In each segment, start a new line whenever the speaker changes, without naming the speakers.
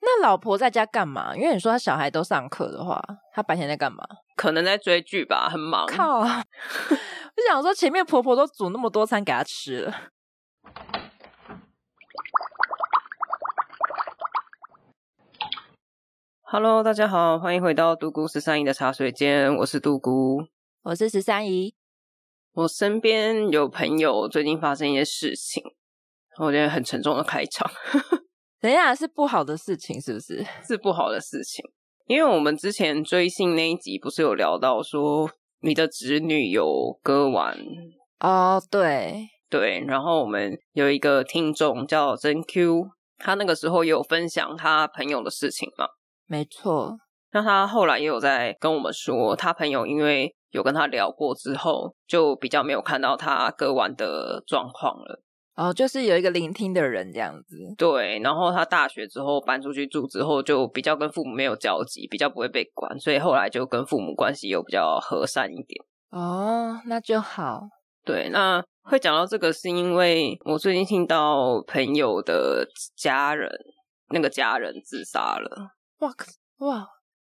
那老婆在家干嘛？因为你说她小孩都上课的话，她白天在干嘛？
可能在追剧吧，很忙。
靠、啊！ 我想说，前面婆婆都煮那么多餐给她吃了，
Hello，大家好，欢迎回到独孤十三姨的茶水间，我是独孤。
我是十三姨，
我身边有朋友最近发生一些事情，我觉得很沉重的开场，
等一下是不好的事情，是不是？
是不好的事情。因为我们之前追星那一集不是有聊到说你的侄女有割腕，
哦，对，
对，然后我们有一个听众叫真 Q，他那个时候也有分享他朋友的事情嘛，
没错，
那他后来也有在跟我们说，他朋友因为有跟他聊过之后，就比较没有看到他割腕的状况了。
哦，就是有一个聆听的人这样子，
对，然后他大学之后搬出去住之后，就比较跟父母没有交集，比较不会被管，所以后来就跟父母关系又比较和善一点。
哦，那就好，
对，那会讲到这个是因为我最近听到朋友的家人，那个家人自杀了。
哇可哇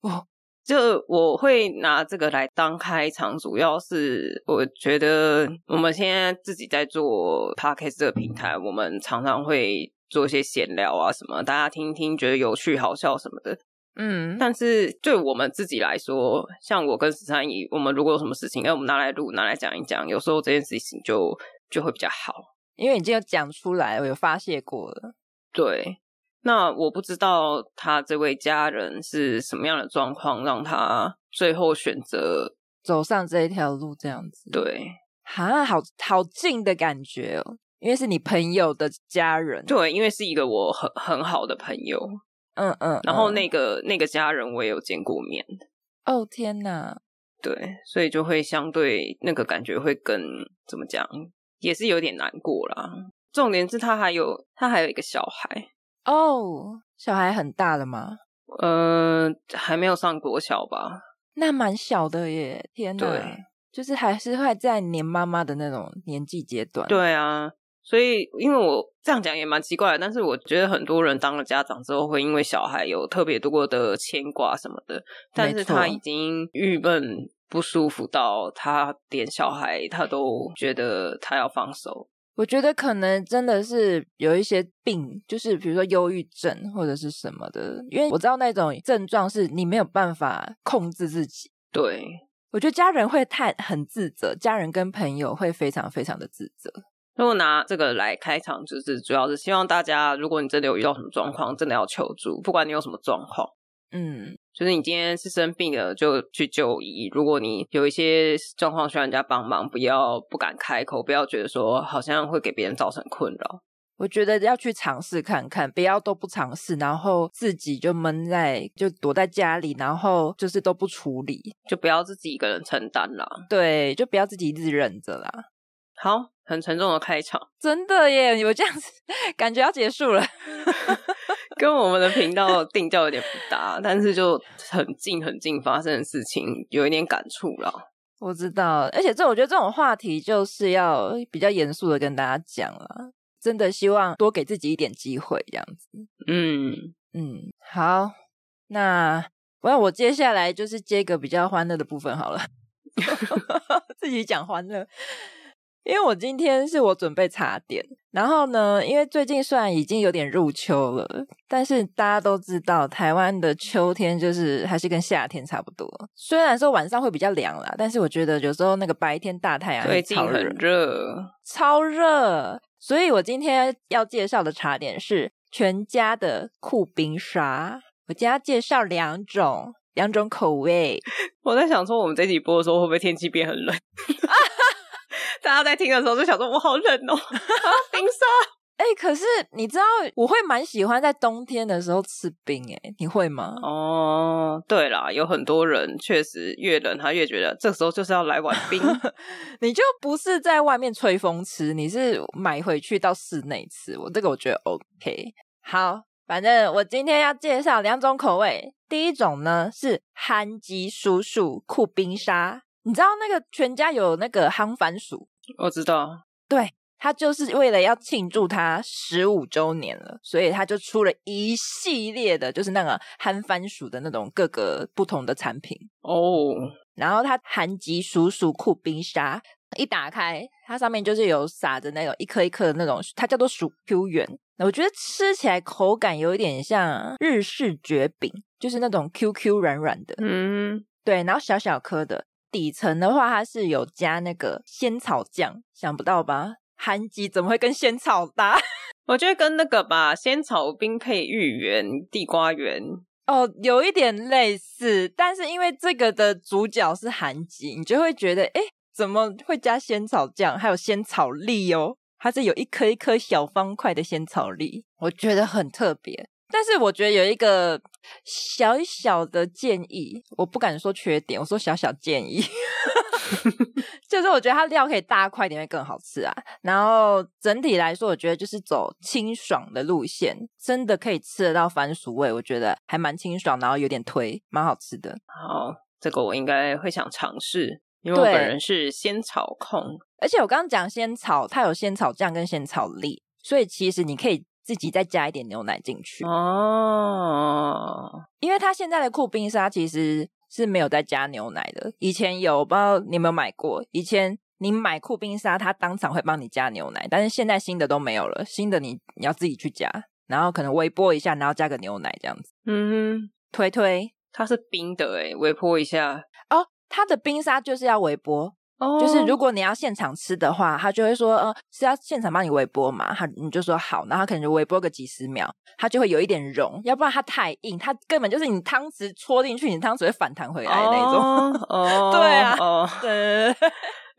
哇，
就我会拿这个来当开场，主要是我觉得我们现在自己在做 podcast 这个平台，我们常常会做一些闲聊啊什么，大家听一听觉得有趣、好笑什么的。
嗯，
但是对我们自己来说，像我跟十三姨，我们如果有什么事情，哎，我们拿来录、拿来讲一讲，有时候这件事情就就会比较好。
因为已经有讲出来，我有发泄过了，
对，那我不知道他这位家人是什么样的状况，让他最后选择
走上这一条路这样子，，
对
哈，好好近的感觉哦，因为是你朋友的家人，
对，因为是一个我很很好的朋友，
嗯嗯，
然后
嗯
那个、那个家人我也有见过面，
哦天哪，
对，所以就会相对那个感觉会更怎么讲，也是有点难过啦。重点是他还有他还有一个小孩，
哦，小孩很大了吗？
呃，还没有上国小吧？
那蛮小的耶，天哪
对！
就是还是会在黏妈妈的那种年纪阶段。，
对啊，所以因为我这样讲也蛮奇怪的，但是我觉得很多人当了家长之后，会因为小孩有特别多的牵挂什么的，但是他
没错
已经郁闷不舒服到他连小孩他都觉得他要放手。
我觉得可能真的是有一些病，就是比如说忧郁症或者是什么的，因为我知道那种症状是你没有办法控制自己。
对，
我觉得家人会太很自责，家人跟朋友会非常非常的自责。
如果拿这个来开场，就是主要是希望大家，如果你真的有遇到什么状况，真的要求助，不管你有什么状况。
嗯，
就是你今天是生病了，就去就医。如果你有一些状况需要人家帮忙，不要不敢开口，不要觉得说好像会给别人造成困扰。
我觉得要去尝试看看，不要都不尝试，然后自己就闷在就躲在家里，然后就是都不处理。
就不要自己一个人承担啦。
对，就不要自己一直忍着啦。
好，很沉重的开场，
真的耶！我这样子 感觉要结束了。
跟我们的频道定调有点不搭，但是就很近很近发生的事情，有一点感触啦。
我知道，而且这我觉得这种话题就是要比较严肃的跟大家讲了。真的希望多给自己一点机会，这样子。
嗯，
嗯，好，那我我接下来就是接个比较欢乐的部分好了， 自己讲欢乐。因为我今天是我准备茶点，然后呢，因为最近虽然已经有点入秋了，但是大家都知道台湾的秋天就是还是跟夏天差不多，虽然说晚上会比较凉啦，但是我觉得有时候那个白天大太阳
最
也
近
超
很
热，
热，
超热。所以我今天要介绍的茶点是全家的酷冰沙。我我今天要介绍两种两种口味，
我在想说，我们这集播的时候会不会天气变很冷？ 大家在听的时候就想说，我好冷哦， 冰沙。
哎、可是你知道，我会蛮喜欢在冬天的时候吃冰、哎，你会吗？
哦，对啦，有很多人确实越冷，他越觉得这时候就是要来碗 冰。
你就不是在外面吹风吃，你是买回去到室内吃。我这个我觉得 OK。好，反正我今天要介绍两种口味。第一种呢是憨鸡叔叔酷冰沙，你知道那个全家有那个夯番薯，
我知道，
对，他就是为了要庆祝他十五周年了，所以他就出了一系列的，就是那个憨番薯的那种各个不同的产品。
哦，
然后它韩籍鼠鼠酷冰沙一打开，它上面就是有撒着那种一颗一颗的那种，它叫做薯 Q 圆。那我觉得吃起来口感有一点像日式卷饼，就是那种 QQ 软软的，
嗯，
对，然后小小颗的。底层的话，它是有加那个仙草酱，想不到吧？韩籍怎么会跟仙草搭？
我觉得跟那个吧，仙草冰配芋圆、地瓜圆，
哦，有一点类似，但是因为这个的主角是韩籍，你就会觉得，哎，怎么会加仙草酱，还有仙草粒哦？它是有一颗一颗小方块的仙草粒，我觉得很特别。但是我觉得有一个小小的建议，我不敢说缺点，我说小小建议，就是我觉得它料可以大块一点会更好吃啊。然后整体来说，我觉得就是走清爽的路线，真的可以吃得到番薯味，我觉得还蛮清爽，然后有点推，蛮好吃的。
好，这个我应该会想尝试，因为我
对
本人是仙草控。
而且我刚刚讲仙草，它有仙草酱跟仙草粒，所以其实你可以自己再加一点牛奶进去，
哦，
因为它现在的酷冰沙其实是没有再加牛奶的，以前有，我不知道你有没有买过，以前。你买酷冰沙，它啊当场会帮你加牛奶，但是现在新的都没有了，新的你你要自己去加，然后可能微波一下，然后加个牛奶这样子。
嗯哼，
推推
它是冰的诶，微波一下。
哦，它的冰沙就是要微波，
哦
就是如果你要现场吃的话，他就会说，呃，是要现场帮你微波嘛？他你就说好，然后他可能就微波个几十秒，它就会有一点融，要不然它太硬，它根本就是你汤匙戳进去，你汤匙会反弹回来的那种。
哦， 哦
对啊
哦，
对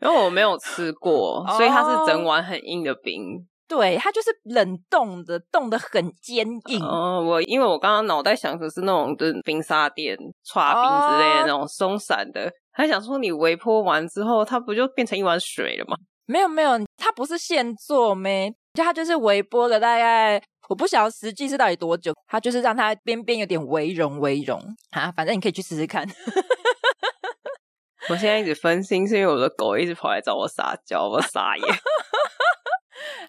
因为我没有吃过，
哦
所以它是整碗很硬的冰。
对，它就是冷冻的，冻得很坚硬。
哦，我因为我刚刚脑袋想的是那种就是冰沙店、刨冰之类的
哦
那种松散的，还想说你微波完之后，它不就变成一碗水了吗？
没有没有，它不是现做咩，就它就是微波了大概。我不晓得实际是到底多久，它就是让它边边有点微融微融啊，反正你可以去试试看。
我现在一直分心，是因为我的狗一直跑来找我撒娇，我撒 野。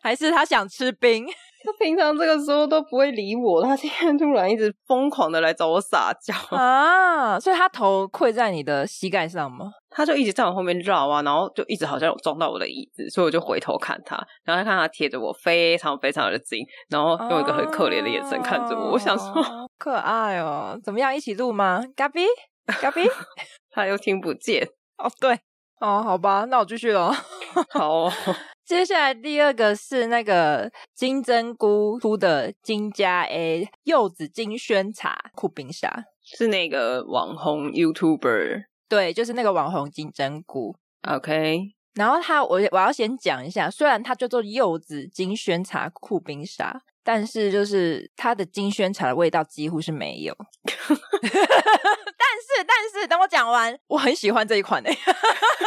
还是他想吃冰？
它平常这个时候都不会理我，它今天突然一直疯狂的来找我撒娇，
啊，所以他头跪在你的膝盖上吗？
它就一直在我后面绕啊，然后就一直好像有撞到我的椅子，所以我就回头看它，然后看它贴着我非常非常的近，然后用一个很可怜的眼神看着我，我想说
哦，可爱哦，怎么样？一起录吗？嘎比，嘎 比，
它又听不见，
哦对，哦好吧，那我继续喽。
好哦、
接下来第二个是那个金针菇出的金加 A 柚子金萱茶酷冰沙，
是那个网红 YouTuber。
对，就是那个网红金针菇。
OK，
然后它，我我要先讲一下，虽然它叫做柚子金萱茶酷冰沙，但是就是它的金萱茶的味道几乎是没有。 但是，但是等我讲完，我很喜欢这一款欸诶、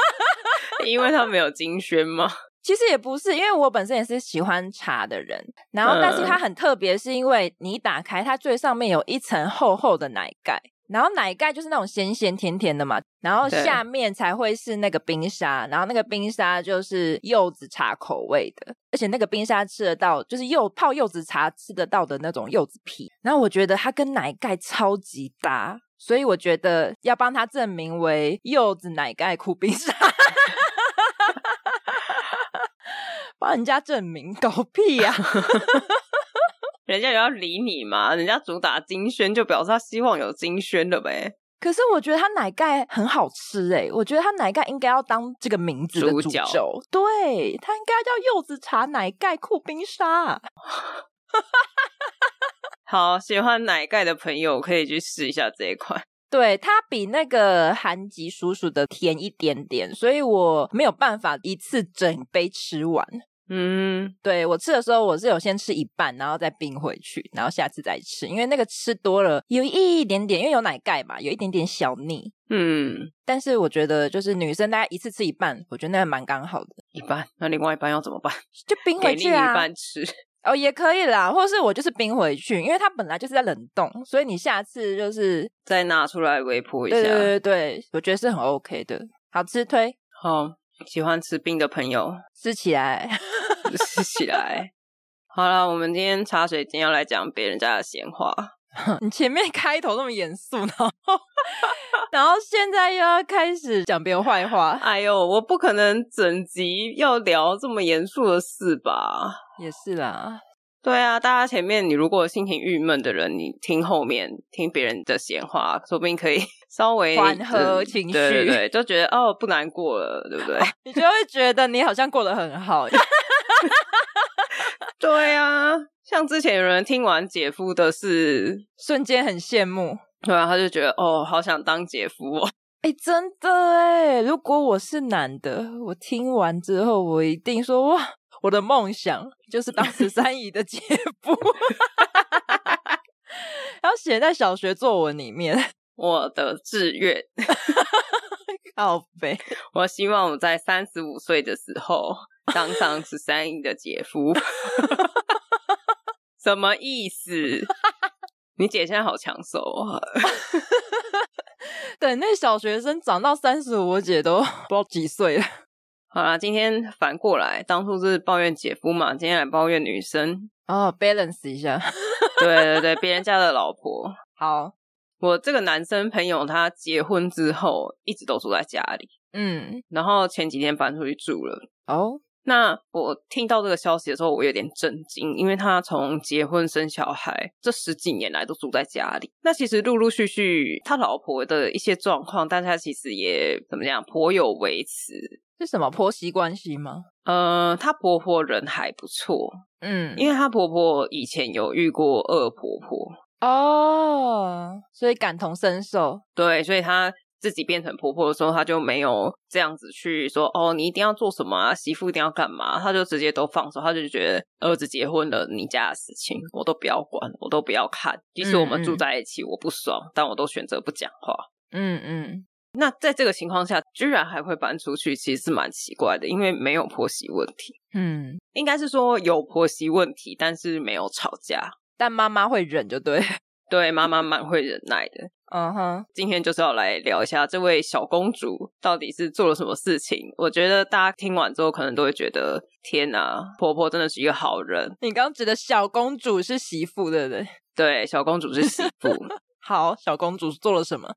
因为他没有金萱嘛，
其实也不是，因为我本身也是喜欢茶的人，然后但是它很特别，是因为你一打开它最上面有一层厚厚的奶盖，然后奶盖就是那种咸咸甜甜的嘛，然后
对
下面才会是那个冰沙，然后那个冰沙就是柚子茶口味的，而且那个冰沙吃得到，就是柚泡柚子茶吃得到的那种柚子皮，然后我觉得它跟奶盖超级搭。所以我觉得要帮它证明为柚子奶盖苦冰沙， 帮人家证明狗屁呀、
人家也要理你嘛，人家主打金萱，就表示他希望有金萱了呗。
可是我觉得它奶盖很好吃诶、我觉得它奶盖应该要当这个名字的
主
主
角
轴，对，它应该叫柚子茶奶盖酷冰沙。
好，喜欢奶盖的朋友可以去试一下这一款。
对，它比那个韩吉叔叔的甜一点点，所以我没有办法一次整杯吃完。
嗯，
对我吃的时候，我是有先吃一半，然后再冰回去，然后下次再吃，因为那个吃多了有一点点，因为有奶盖嘛，有一点点小腻。
嗯，
但是我觉得，就是女生大家一次吃一半，我觉得那蛮刚好的，
一半，那另外一半要怎么办？
就冰
给
回
另
去
一
啊。
半吃。
哦，也可以啦，或是我就是冰回去，因为它本来就是在冷冻，所以你下次就是
再拿出来微波一下。
对对对对，我觉得是很 OK 的，好吃推
好，喜欢吃冰的朋友
吃起来。
吃起来。好啦，我们今天茶水间要来讲别人家的闲话，
你前面开头那么严肃，然后 然后现在又要开始讲别人坏话，
哎呦，我不可能整集要聊这么严肃的事吧？
也是啦。
对啊，大家前面你如果心情郁闷的人，你听后面听别人的闲话，说不定可以 稍微
缓和
嗯
情绪
对对对，就觉得哦不难过了，对不对？
你就会觉得你好像过得很好，就
对啊，像之前有人听完姐夫的事，
瞬间很羡慕。
对啊，他就觉得哦好想当姐夫哦，
哎、真的哎！如果我是男的，我听完之后，我一定说哇，我的梦想就是当十三姨的姐夫， 然后写在小学作文里面，
我的志愿，
靠背。
我希望我在三十五岁的时候当上十三姨的姐夫， 什么意思？你姐现在好抢手啊！
等那小学生长到三十五，我姐都 不知道几岁了。
好啦，今天反过来，当初是抱怨姐夫嘛，今天来抱怨女生。
哦、b a l a n c e 一下，
对对对，别人家的老婆。
好，
我这个男生朋友，他结婚之后一直都住在家里，
嗯，
然后前几天搬出去住了。
哦，
那我听到这个消息的时候，我有点震惊，因为他从结婚生小孩这十几年来都住在家里。那其实陆陆续续他老婆的一些状况，大家其实也怎么讲颇有微词。
是什么婆媳关系吗？
呃，她婆婆人还不错，
嗯，
因为她婆婆以前有遇过恶婆婆，
哦，所以感同身受，
对，所以她自己变成婆婆的时候，她就没有这样子去说哦，你一定要做什么啊，媳妇一定要干嘛，啊她就直接都放手，她就觉得儿子结婚了，你家的事情我都不要管，我都不要看。即使我们住在一起，我不爽，但我都选择不讲话。
嗯嗯，
那在这个情况下，居然还会搬出去，其实是蛮奇怪的，因为没有婆媳问题，
嗯，
应该是说有婆媳问题，但是没有吵架。
但妈妈会忍就对，
对，妈妈蛮会忍耐的。
嗯哼，
今天就是要来聊一下这位小公主到底是做了什么事情。我觉得大家听完之后，可能都会觉得天哪，婆婆真的是一个好人。
你刚刚指的小公主是媳妇，对不对？
对，小公主是媳妇。
好，小公主做了什么？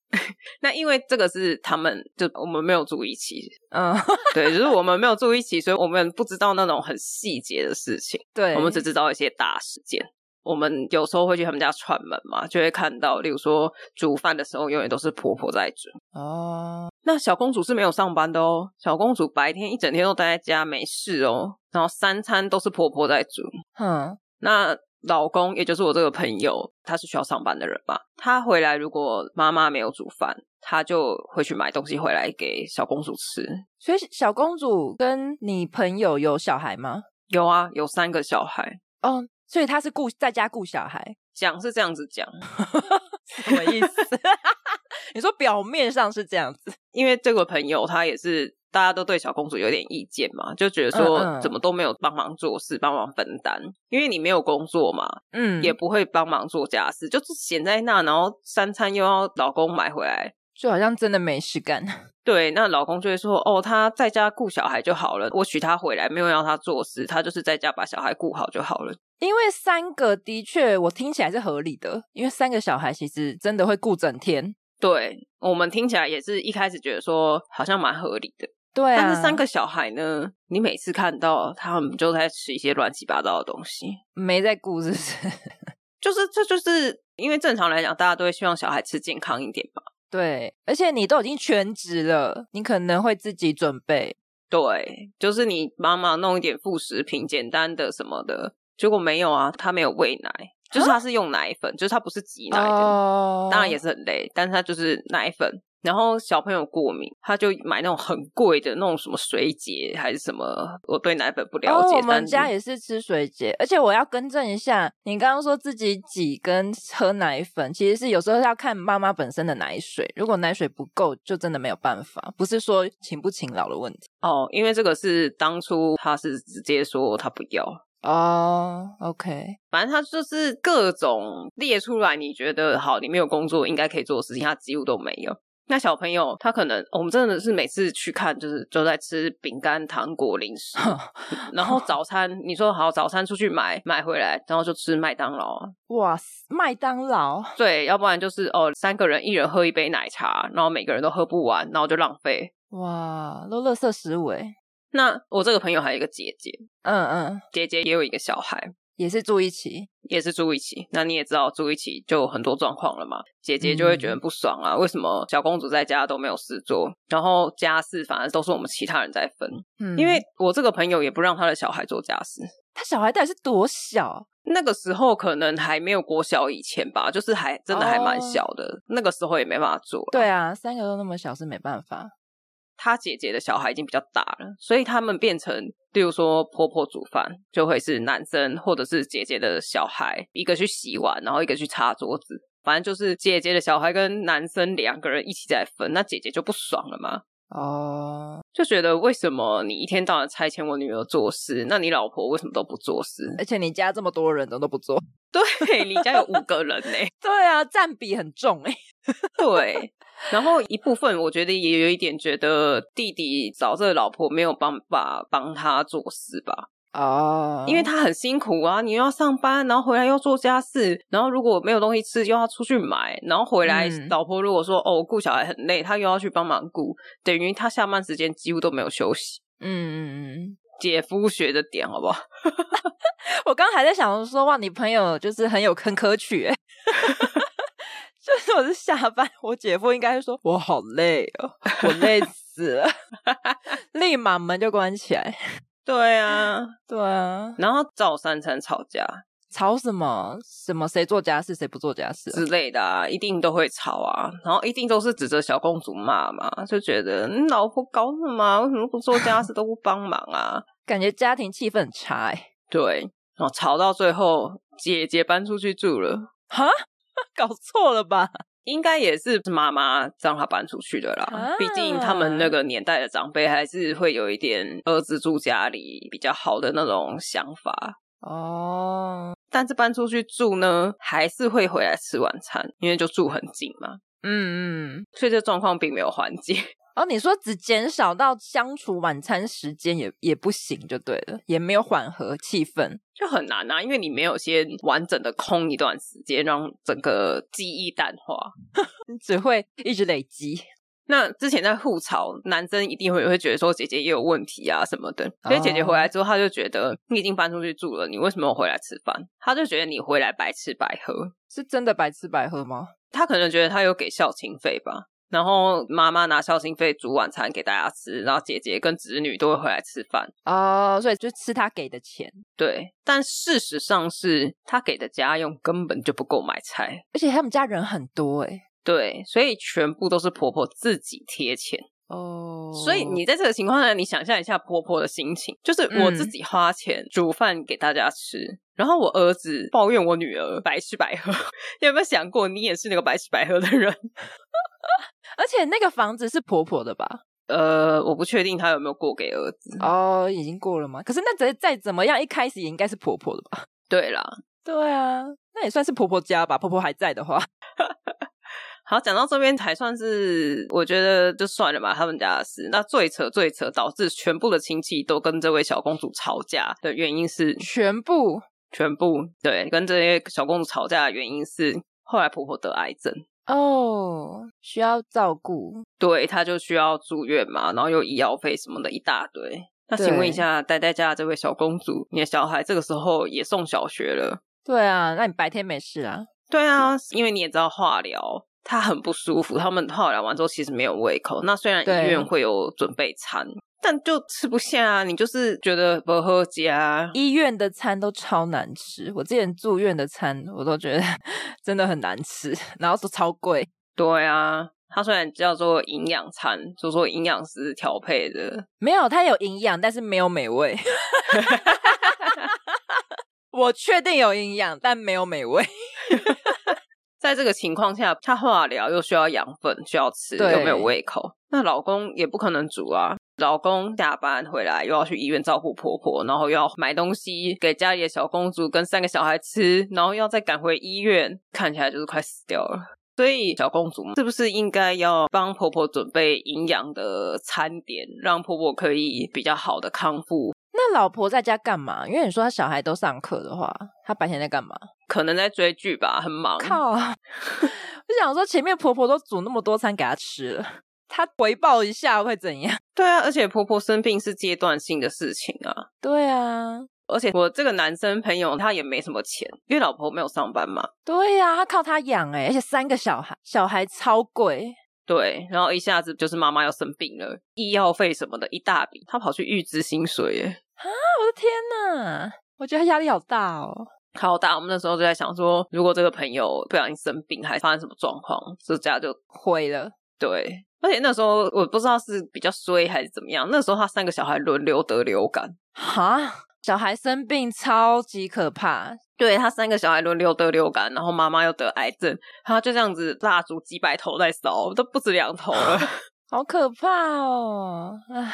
那因为这个是他们，就我们没有住一起，
嗯，
对，就是我们没有住一起，所以我们不知道那种很细节的事情，
对，
我们只知道一些大事件。我们有时候会去他们家串门嘛，就会看到，例如说煮饭的时候，永远都是婆婆在煮。
哦，
那小公主是没有上班的哦，小公主白天一整天都待在家没事哦，然后三餐都是婆婆在煮。
哼，
那老公，也就是我这个朋友，他是需要上班的人嘛，他回来如果妈妈没有煮饭，他就会去买东西回来给小公主吃。
所以小公主跟你朋友有小孩吗？
有啊，有三个小孩，
哦，所以她是顾在家顾小孩，
讲是这样子讲，
什么意思？ 你说表面上是这样子，
因为这个朋友他也是。大家都对小公主有点意见嘛，就觉得
嗯
说
嗯
怎么都没有帮忙做事、帮忙分担，因为你没有工作嘛，
嗯，
也不会帮忙做家事，就是闲在那，然后三餐又要老公买回来。
就好像真的没事干，
对，那老公就会说：“哦，他在家顾小孩就好了，我娶她回来没有让她做事，她就是在家把小孩顾好就好了。
因为三个的确我听起来是合理的，因为三个小孩其实真的会顾整天，
对”我们听起来也是一开始觉得说好像蛮合理的，
对啊，
但是三个小孩呢，你每次看到他们就在吃一些乱七八糟的东西，
没在顾，是不是？
就是这就是因为正常来讲，大家都会希望小孩吃健康一点嘛。
对，而且你都已经全职了，你可能会自己准备，
对，就是你帮忙弄一点副食品，简单的什么的。结果没有啊，他没有喂奶，就是它是用奶粉，就是它不是挤奶的，
哦
当然也是很累，但是它就是奶粉。然后小朋友过敏，他就买那种很贵的那种什么水解还是什么，我对奶粉不了解。
哦、我们
但
家也是吃水解，而且我要更正一下，你刚刚说自己挤跟喝奶粉，其实是有时候要看妈妈本身的奶水，如果奶水不够，就真的没有办法，不是说勤不勤劳的问题。
哦，因为这个是当初他是直接说他不要，
哦、o k
反正他就是各种列出来，你觉得好，你没有工作应该可以做的事情，他几乎都没有。那小朋友他可能，我们真的是每次去看，就是都在吃饼干、糖果、零 食，然后早餐你说好早餐出去买买回来，然后就吃麦当劳啊，
哇塞，麦当劳
对，要不然就是哦三个人一人喝一杯奶茶，然后每个人都喝不完，然后就浪费。
哇，都垃圾食物诶
那我这个朋友还有一个姐姐，
嗯嗯，
姐姐也有一个小孩，
也是住一起，
也是住一起，那你也知道住一起就有很多状况了嘛。姐姐就会觉得不爽啊，为什么小公主在家都没有事做，然后家事反而都是我们其他人在分？
嗯，
因为我这个朋友也不让他的小孩做家事。
他小孩到底是多小？
那个时候可能还没有国小以前吧，就是还真的还蛮小的那个时候也没办法做。
对，啊，三个都那么小是没办法。
他姐姐的小孩已经比较大了，所以他们变成，例如说婆婆煮饭，就会是男生或者是姐姐的小孩，一个去洗碗，然后一个去擦桌子，反正就是姐姐的小孩跟男生两个人一起在分，那姐姐就不爽了嘛。
哦、
就觉得为什么你一天到晚差遣我女儿做事，那你老婆为什么都不做事？
而且你家这么多人，怎么都不做？
对你家有五个人呢、
对啊，占比很重欸诶
对，然后一部分我觉得也有一点觉得弟弟找这个老婆没有办法帮他做事吧，
哦
因为他很辛苦啊，你又要上班，然后回来又做家事，然后如果没有东西吃，又要出去买，然后回来，
嗯
老婆如果说哦，我顾小孩很累，他又要去帮忙顾，等于他下班时间几乎都没有休息。
嗯嗯嗯，
姐夫学着点好不 好？
我刚还在想说，哇，你朋友就是很有坑科曲、欸， 就是我是下班，我姐夫应该是说我好累哦，我累死了， 立马门就关起来。
对啊，
对啊，
然后照三餐吵架
吵什么？什么谁做家事，谁不做家事啊、
之类的啊，一定都会吵啊，然后一定都是指着小公主骂嘛，就觉得你老婆搞什么啊？为什么不做家事都不帮忙啊？
感觉家庭气氛很差哎、
对，然后吵到最后，姐姐搬出去住了。
哈， 搞错了吧？
应该也是妈妈让他搬出去的啦，
啊
毕竟他们那个年代的长辈还是会有一点儿子住家里比较好的那种想法。
哦，
但是搬出去住呢，还是会回来吃晚餐，因为就住很近嘛，
嗯嗯，
所以这状况并没有缓解。
哦，你说只减少到相处晚餐时间也也不行，就对了，也没有缓和气氛。
就很难啊，因为你没有先完整的空一段时间，让整个记忆淡化。
只会一直累积。
那之前在互吵，男生一定会会觉得说姐姐也有问题啊什么的。所以姐姐回来之后，他就觉得你已经搬出去住了，你为什么回来吃饭？他就觉得你回来白吃白喝。
是真的白吃白喝吗？
他可能觉得他有给孝亲费吧，然后妈妈拿孝亲费煮晚餐给大家吃，然后姐姐跟侄女都会回来吃饭。
哦、所以就吃他给的钱，
对，但事实上是他给的家用根本就不够买菜。
而且他们家人很多欸诶、
对，所以全部都是婆婆自己贴钱。
哦
所以你在这个情况下，你想象一下婆婆的心情，就是我自己花钱煮饭给大家吃，然后我儿子抱怨我女儿白吃白喝， 你有没有想过你也是那个白吃白喝的人？
而且那个房子是婆婆的吧？
呃，我不确定他有没有过给儿子。
哦、已经过了吗？可是那再再怎么样，一开始也应该是婆婆的吧？
对啦，
对啊，那也算是婆婆家吧。婆婆还在的话，
好，讲到这边才算是，我觉得就算了吧，他们家的事。那最扯最扯，导致全部的亲戚都跟这位小公主吵架的原因是，
全部
全部对跟这些小公主吵架的原因是，后来婆婆得癌症。
哦需要照顾。
对，他就需要住院嘛，然后又医药费什么的一大堆。那请问一下，待在家的这位小公主，你的小孩这个时候也送小学了？
对啊，那你白天没事啊？
对啊，因为你也知道化疗，他很不舒服。他们化疗完之后其实没有胃口。那虽然
对
医院会有准备餐，但就吃不下啊，你就是觉得不喝啊加。
医院的餐都超难吃，我之前住院的餐我都觉得 真的很难吃，然后都超贵。
对啊，它虽然叫做营养餐，就说营养师调配的，
没有，它有营养，但是没有美味。 我确定有营养，但没有美味。
在这个情况下，他化疗又需要养分，需要吃，
对
又没有胃口，那老公也不可能煮啊。老公下班回来又要去医院照顾婆婆，然后又要买东西给家里的小公主跟三个小孩吃，然后要再赶回医院，看起来就是快死掉了。所以小公主是不是应该要帮婆婆准备营养的餐点，让婆婆可以比较好的康复？
那老婆在家干嘛？因为你说她小孩都上课的话，她白天在干嘛？
可能在追剧吧，很忙。
靠！ 我想说，前面婆婆都煮那么多餐给她吃了，她回报一下会怎样？
对啊，而且婆婆生病是阶段性的事情啊。
对啊，
而且我这个男生朋友他也没什么钱，因为老婆没有上班嘛，
对呀、啊，她靠她养哎、而且三个小孩，小孩超贵。
对，然后一下子就是妈妈要生病了，医药费什么的一大笔，他跑去预支薪水耶，
啊我的天呐，我觉得她压力好大哦。
好大。我们那时候就在想说，如果这个朋友不小心生病，还发生什么状况，这家就
毁了，
对。而且那时候我不知道是比较衰还是怎么样，那时候他三个小孩轮流得流感，
哈，小孩生病超级可怕，
对他三个小孩轮流得流感，然后妈妈又得癌症，他就这样子蜡烛几百头在烧，都不止两头了。
好可怕哦！唉，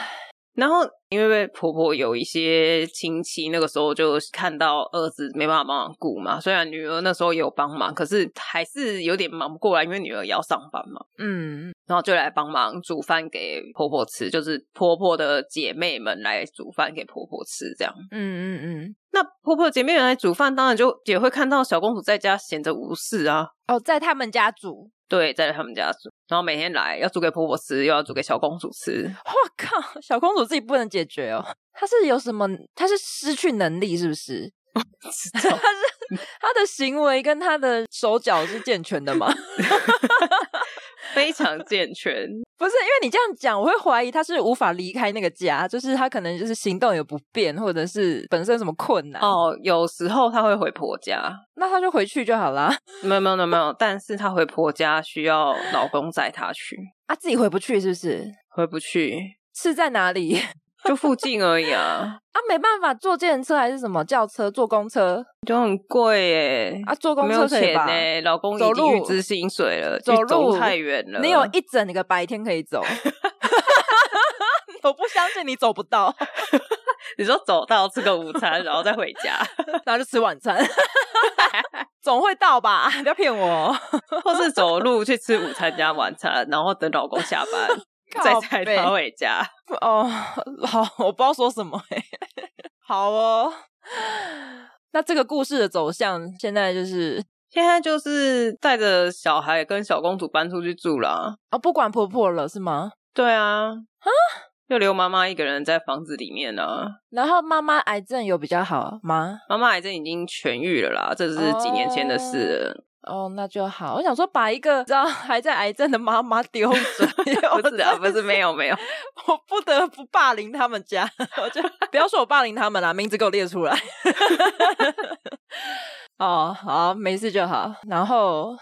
然后因为婆婆有一些亲戚，那个时候就看到儿子没办法帮忙顾嘛，虽然女儿那时候也有帮忙，可是还是有点忙不过来，因为女儿也要上班嘛，
嗯，
然后就来帮忙煮饭给婆婆吃，就是婆婆的姐妹们来煮饭给婆婆吃这样。
嗯嗯嗯，
那婆婆姐妹们来煮饭，当然就也会看到小公主在家闲着无事啊，
哦，在他们家煮，
对，在他们家煮，然后每天来要煮给婆婆吃，又要煮给小公主吃，
我靠，小公主自己不能解决哦，她是有什么？她是失去能力是不是？她是她的行为跟她的手脚是健全的吗？
非常健全。
不是，因为你这样讲，我会怀疑她是无法离开那个家，就是她可能就是行动有不便，或者是本身有什么困难，
哦，有时候她会回婆家，
那她就回去就好啦。
没有没有没有没有，但是她回婆家需要老公载她去，
啊，自己回不去是不是？
回不去
是在哪里？
就附近而已啊，
啊，没办法，坐电车还是什么轿车、坐公车
就很贵耶、
啊？坐公
没有
车可以
钱
吧？
呢、老公
走
已经预
路
支薪水了，
走
就走
路
太远了，
你有一整个白天可以 走。我不相信你走不到，
你说走到吃个午餐，然后再回 家，
然后就吃晚 餐，总会到吧？ 不要骗我，哦
或是走路去吃午餐加晚餐，然后等老公下 班再载
靠
她
北
回家。
哦。好，我不知道说什么、欸、 好哦，那这个故事的走向现在就是
现在就是带着小孩跟小公主搬出去住了啊。
哦，不管婆婆了是吗？
对啊，啊，就留妈妈一个人在房子里面啊。
然后妈妈癌症有比较好吗？
妈妈癌症已经痊愈了啦，这是几年前的事了。，
哦，那就好。我想说，把一个知道还在癌症的妈妈丢着
不是啊，不是没有没有，
我不得不霸凌他们家，我就不要说我霸凌他们啦，名字给我列出来。 哦，好，没事就好。然后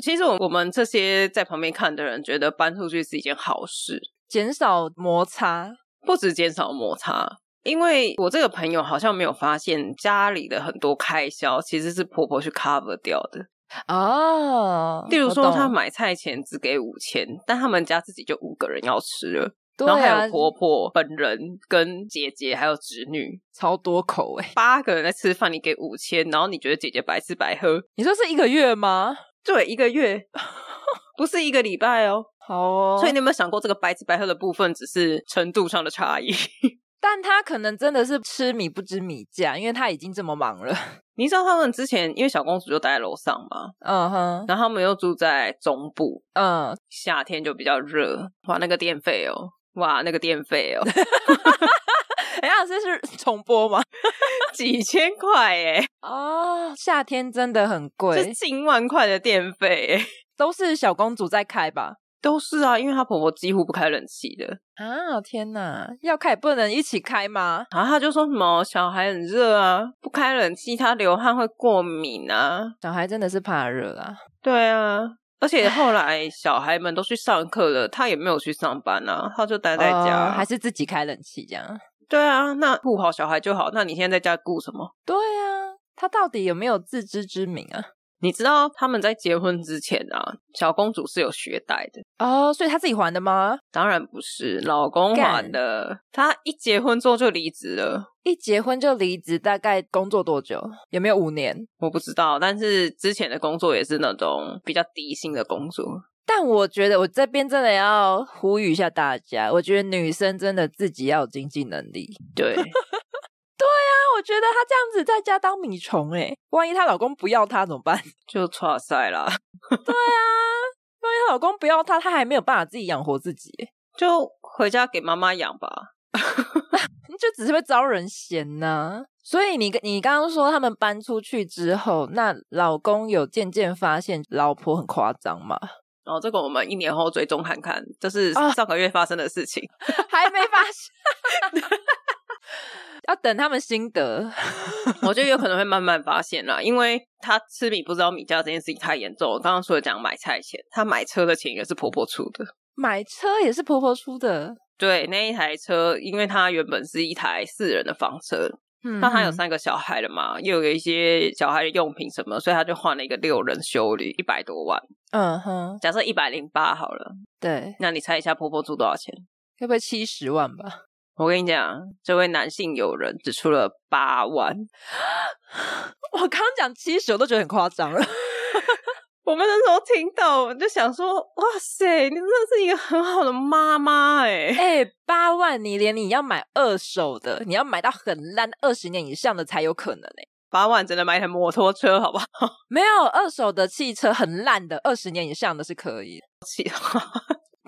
其实我我们这些在旁边看的人觉得搬出去是一件好事，
减少摩擦，
不止减少摩擦。因为我这个朋友好像没有发现家里的很多开销其实是婆婆去 cover 掉的，
哦，
例如
我
说
懂
她买菜钱只给五千，但他们家自己就五个人要吃了，
对
然后
啊
还有婆婆本人跟姐姐还有侄女，
超多口哎、
八个人在吃饭，你给五千，然后你觉得姐姐白吃白喝？
你说是一个月吗？
对，一个月， 不是一个礼拜哦。
好哦，
所以你有没有想过，这个白吃白喝的部分只是程度上的差异？
但他可能真的是吃米不知米价，因为他已经这么忙了。
你知道他们之前因为小公主就待在楼上嘛，
嗯哼，
然后他们又住在中部，
嗯，
夏天就比较热，哇，那个电费哦，哇，那个电费哦，
哎呀，这是 重播吗？
几千块哎，
哦，夏天真的很
这
贵，
近万块的电费耶，
都是小公主在开吧？
都是啊，因为她婆婆几乎不开冷气的，
啊！天哪，要开也不能一起开吗？
然后她就说什么小孩很热啊，不开冷气她流汗会过敏啊，
小孩真的是怕热啊。
对啊。而且后来小孩们都去上课了，她也没有去上班啊，她就待在家，
哦还是自己开冷气这样？
对啊，那顾好小孩就好。那你现在在家顾什么？
对啊，他到底有没有自知之明啊？
你知道他们在结婚之前啊，小公主是有学贷的，
哦，所以他自己还的吗？
当然不是老公还的。她一结婚之后就离职了，
一结婚就离职，大概工作多久？有没有五年？
我不知道，但是之前的工作也是那种比较低薪的工作。
但我觉得我这边真的要呼吁一下大家，我觉得女生真的自己要有经济能力。
对，
啊，我觉得她这样子在家当米虫，诶，万一她老公不要她怎么办？
就 差赛啦。
万一她老公不要她，她还没有办法自己养活自己欸耶，
就回家给妈妈养吧。
你就只是会招人嫌呐、所以你你刚刚说他们搬出去之后，那老公有渐渐发现老婆很夸张嘛？
然后这个我们一年后追踪看看，这是
啊
上个月发生的事情。
还没发现， 要等他们心得。
我觉得有可能会慢慢发现啦，因为她吃米不知道米价这件事情太严重。我刚刚说了讲买菜钱，她买车的钱也是婆婆出的。
买车也是婆婆出的，
对，那一台车，因为她原本是一台四人的房车，
嗯
那她有三个小孩了嘛，又有一些小孩的用品什么，所以她就换了一个六人修旅，一百多万，
嗯哼，
假设一百零八好了，
对，
那你猜一下婆婆出多少钱？
要不要七十万吧？
我跟你讲，这位男性友人只出了八万，
我刚刚讲七十，我都觉得很夸张了。
我们那时候听到，我们就想说，哇塞，你真的是一个很好的妈妈哎、
哎、八万，你连你要买二手的，你要买到很烂二十年以上的才有可能哎、
八万只能买一台摩托车，好不好？
没有二手的汽车很烂的，二十年以上的是可以。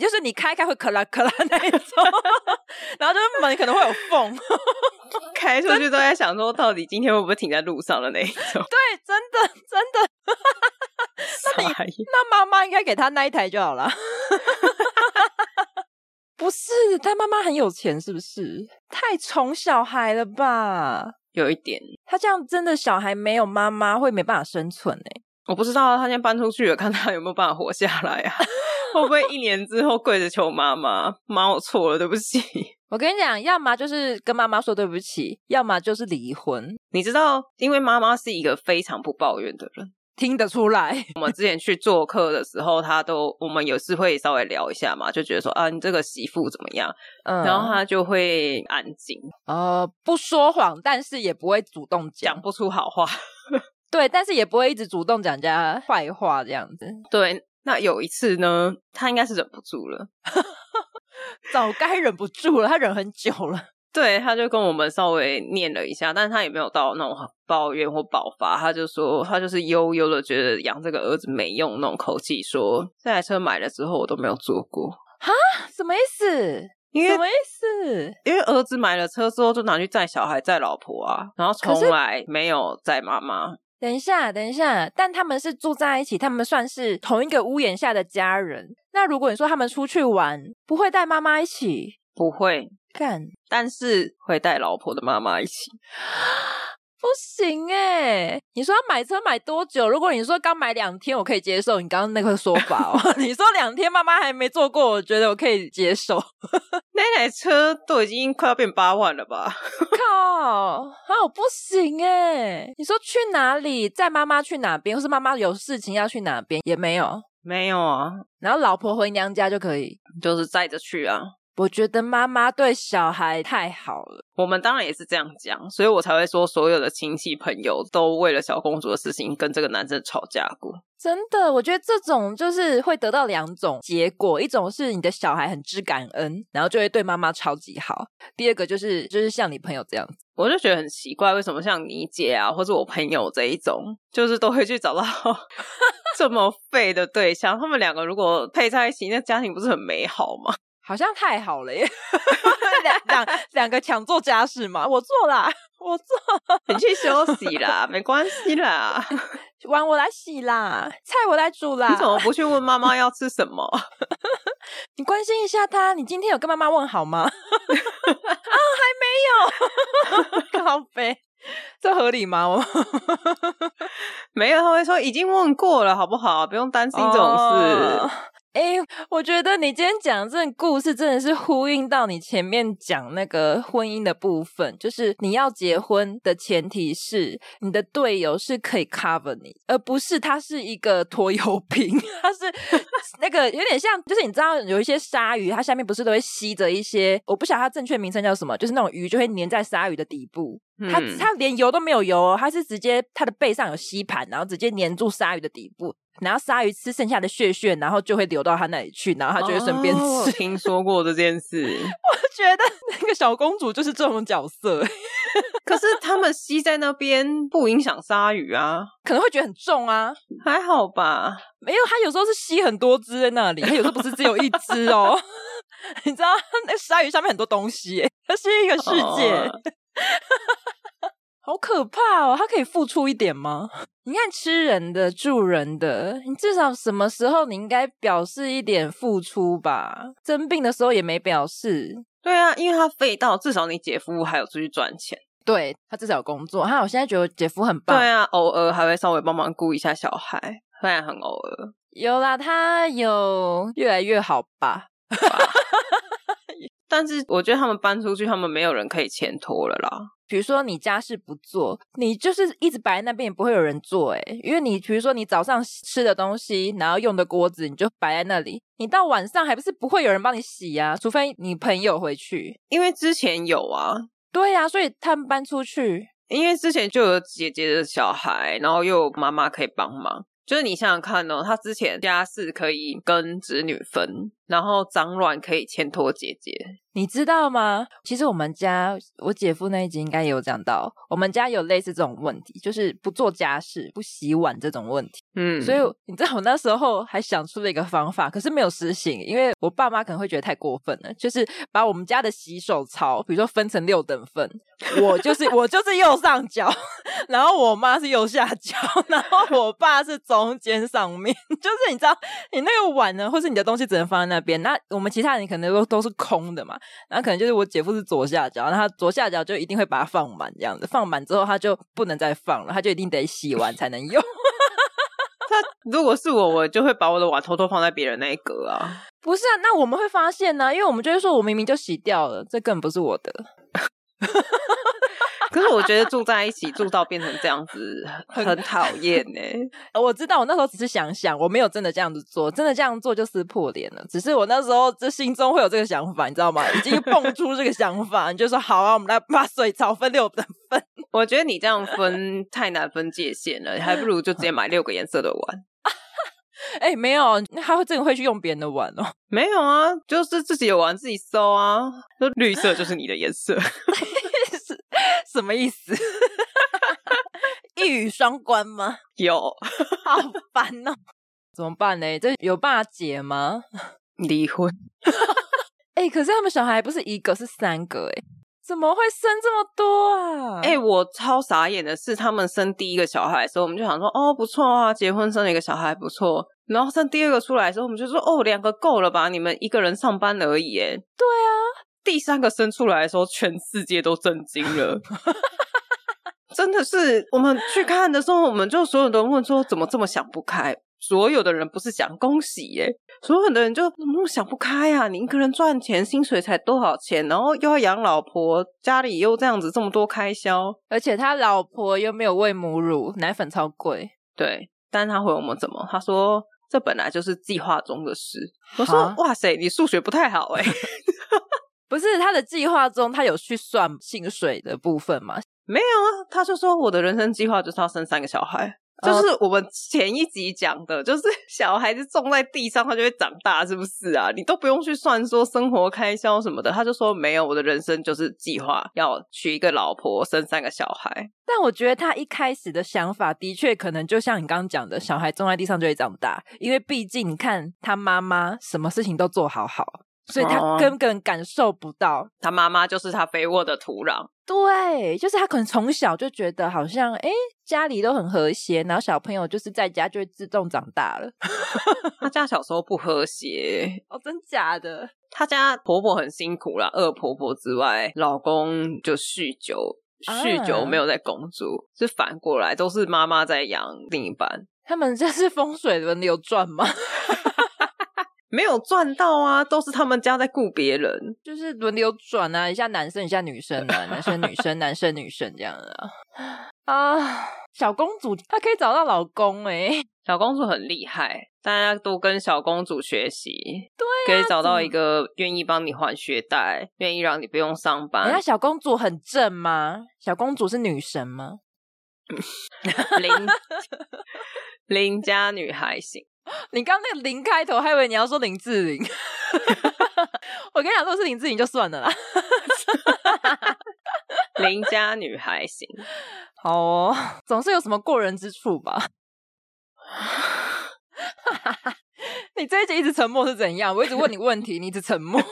就是你开开会克拉克拉那一种， 然后就是门可能会有缝，
开出去都在想说，到底今天会不会停在路上的那一种？
对，真的真的
傻眼
那妈妈应该给他那一台就好 了。不是，他妈妈很有钱，是不是？太宠小孩了吧？
有一点，
他这样真的小孩没有妈妈会没办法生存哎、
我不知道他现在搬出去了，看他有没有办法活下来啊？ 会不会一年之后跪着求妈妈？妈，我错了，对不起。
我跟你讲，要么就是跟妈妈说对不起，要么就是离婚，
你知道，因为妈妈是一个非常不抱怨的人。
听得出来。
我们之前去做客的时候，她都我们有时会稍微聊一下嘛，就觉得说啊，你这个媳妇怎么样？
嗯，
然后她就会安静，
呃不说谎，但是也不会主动
讲
讲，
不出好话。
对，但是也不会一直主动讲人家坏话这样子。
对，那有一次呢，她应该是忍不住了，
早该忍不住了，他忍很久了。
对，他就跟我们稍微念了一下，但是他也没有到那种抱怨或爆发，他就说他就是悠悠的觉得养这个儿子没用那种口气说，这台车买了之后我都没有坐过，
什么意思？
因为
什么意思？
因为儿子买了车之后就拿去载小孩、载老婆啊，然后
可是
从来没有载妈妈。
等一下，等一下，但他们是住在一起，他们算是同一个屋檐下的家人。那如果你说他们出去玩，不会带妈妈一起
不会，
干，
但是会带老婆的妈妈一起。
不行哎、你说要买车买多久？如果你说刚买两天，我可以接受你刚刚那个说法哦。你说两天妈妈还没做过，我觉得我可以接受。
那台车都已经快要变八万了吧？
靠，啊，我不行哎、你说去哪里？载妈妈去哪边？或是妈妈有事情要去哪边？也没有。
没有啊，
然后老婆回娘家就可以。
就是载着去啊。
我觉得妈妈对小孩太好了，
我们当然也是这样讲，所以我才会说所有的亲戚朋友都为了小公主的事情跟这个男生吵架过。
真的。我觉得这种就是会得到两种结果，一种是你的小孩很知感恩，然后就会对妈妈超级好；第二个就是就是像你朋友这样子，
我就觉得很奇怪，为什么像你姐啊，或者我朋友这一种，就是都会去找到 这么废的对象？他们两个如果配在一起，那家庭不是很美好吗？
好像太好了耶！ 两两两个抢做家事嘛，我做啦，我做
你去休息啦，没关系啦。
碗我来洗啦，菜我来煮啦。
你怎么不去问妈妈要吃什么？
你关心一下他，你今天有跟妈妈问好吗？ 啊，还没有， 靠背，这合理吗？我
没有，他会说已经问过了，好不好？不用担心这种事
哦。哎、我觉得你今天讲这个故事，真的是呼应到你前面讲那个婚姻的部分，就是你要结婚的前提是你的队友是可以 cover 你，而不是他是一个拖油瓶，他是那个有点像，就是你知道有一些鲨鱼，它下面不是都会吸着一些，我不晓得它正确名称叫什么，就是那种鱼就会粘在鲨鱼的底部，它
嗯
它连油都没有油哦，它是直接它的背上有吸盘，然后直接粘住鲨鱼的底部，然后鲨鱼吃剩下的血血，然后就会流到它那里去，然后它就会顺便吃。
哦我听说过这件事，
我觉得那个小公主就是这种角色，
可是他们吸在那边不影响鲨鱼啊，
可能会觉得很重啊。
还好吧？
没有，它有时候是吸很多只在那里，它有时候不是只有一只哦。 你知道那鲨鱼上面很多东西耶，它是一个世界。
哦
好可怕哦！他可以付出一点吗？ 你看吃人的、住人的，你至少什么时候你应该表示一点付出吧？生病的时候也没表示。
对啊，因为他废到，至少你姐夫还有出去赚钱。
对他至少有工作，哈，我现在觉得我姐夫很棒。
对啊，偶尔还会稍微帮忙顾一下小孩，虽然很偶尔。
有啦，他有越来越好吧？
但是我觉得他们搬出去，他们没有人可以牵拖了啦。
比如说你家事不做，你就是一直摆在那边，也不会有人做诶、因为你比如说你早上吃的东西，然后用的锅子，你就摆在那里，你到晚上还不是不会有人帮你洗呀、除非你朋友回去。
因为之前有啊，
对呀、所以他们搬出去，
因为之前就有姐姐的小孩，然后又有妈妈可以帮忙。就是你想想看哦，他之前家事可以跟子女分，然后脏乱可以牵拖姐姐。
你知道吗？其实我们家我姐夫那一集应该也有讲到，我们家有类似这种问题，就是不做家事、不洗碗这种问题。
嗯，
所以你知道我那 时候还想出了一个方法，可是没有实行，因为我爸妈可能会觉得太过分了，就是把我们家的洗手槽，比如说分成六等份，我就是我就是右上角，然后我妈是右下角，然后我爸是中间上面， 就是你知道你那个碗呢，或是你的东西只能放在那边，那我们其他人可能都都是空的嘛，然后可能就是我姐夫是左下角，然后他左下角就一定会把它放满这样子，放满之后他就不能再放了，他就一定得洗完才能用。
他如果是我，我就会把我的碗偷偷放在别人那一格啊。
不是啊，那我们会发现呢、因为我们就会说，我明明就洗掉了，这根本不是我的，
可是我觉得住在一起住到变成这样 子，很讨厌呢、
呃我知道，我那时候只是想想，我没有真的这样子做，真的这样做就撕破脸了。只是我那时候这心中会有这个想法，你知道吗？已经蹦出这个想法，你就说好啊，我们来把水槽分六等分。
我觉得你这样分太难分界限了，还不如就直接买六个颜色的碗。
哎、没有，他会真的会去用别人的碗哦。
没有啊，就是自己有玩自己搜啊。就绿色就是你的颜色，
是什么意思？ 一语双关吗？
有
好烦哦！怎么办呢？这有办法解吗？
离婚。
哎、可是他们小孩不是一个是三个哎、怎么会生这么多啊？
哎、我超傻眼的是，他们生第一个小孩的时候，我们就想说，哦，不错啊，结婚生了一个小孩不错。然后生第二个出来的时候，我们就说，哦，两个够了吧？你们一个人上班而已。哎，
对啊，
第三个生出来的时候，全世界都震惊 了。真的是，我们去看的时候，我们就所有的人问说，怎么这么想不开？所有的人不是想恭喜耶，所有的人就怎么那么想不开啊？你一个人赚钱，薪水才多少钱，然后又要养老婆，家里又这样子这么多开销，
而且他老婆又没有喂母乳，奶粉超贵。
对，但是他回我们怎么？他说这本来就是计划中的事。我说
哈
哇塞，你数学不太好哎、
不是他的计划中，他有去算薪水的部分吗？
没有啊， 他就说我的人生计划就是要生三个小孩。就是我们前一集讲的，就是 小孩子种在地上，他就会长大，是不是啊？你都不用去算说生活开销什么的，他就说没有，我的人生就是计划要娶一个老婆，生三个小孩。
但我觉得他一开始的想法的确可能就像你刚刚讲的，小孩种在地上就会长大，因为毕竟你看他妈妈什么事情都做好好，所以他
哦
根本感受不到。
他妈妈就是他肥沃的土壤，
对，就是他可能从小就觉得好像诶家里都很和谐，然后小朋友就是在家就会自动长大了。
他家小时候不和谐。
哦，真假的？
他家婆婆很辛苦啦，二婆婆之外，老公就酗酒，
啊
酗酒没有在公主，是反过来都是妈妈在养另一半，
他们 这是风水轮流转吗？
没有赚到啊，都是他们家在顾别人。
就是轮流转啊，一下男生，一下女生啊，男生女生，男生女生这样的啊。啊，小公主她可以找到老公诶、
小公主很厉害，大家都跟小公主学习，对、啊可以找到一个愿意帮你还学贷，愿意让你不用上
人家
班，
小公主很正吗？小公主是女神吗？
邻 邻家女孩型。
你刚刚那个零开头，还以为你要说林志玲。 我跟你讲，如果是林志玲就算了啦。
邻家女孩型，
好哦， 总是有什么过人之处吧。 你这一集一直沉默是怎样？我一直问你问题，你一直沉默。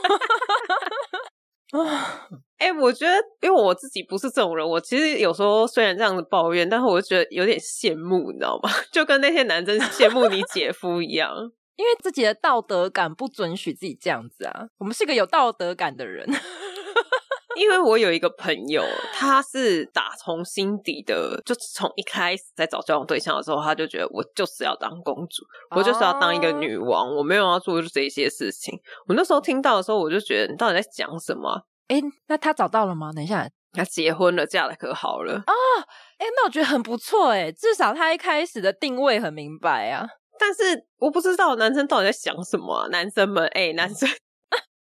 啊
哎、我觉得，因为我自己不是这种人，我其实有时候虽然这样子抱怨，但是我就觉得有点羡慕，你知道吗？ 就跟那些男生羡慕你姐夫一样。
因为自己的道德感不准许自己这样子啊。我们是个有道德感的人，
因为我有一个朋友，他是打从心底的，就从一开始在找交往对象的时候，他就觉得我就是要当公主，我就是要当一个女王，我没有要做这些事情。我那时候听到的时候，我就觉得你到底在讲什么啊？
哎、那他找到了吗？等一下，哎、
他结婚了，嫁的可好了，
那我觉得很不错哎、至少他一开始的定位很明白啊。
但是我不知道男生到底在想什么、啊。男生们，哎、男生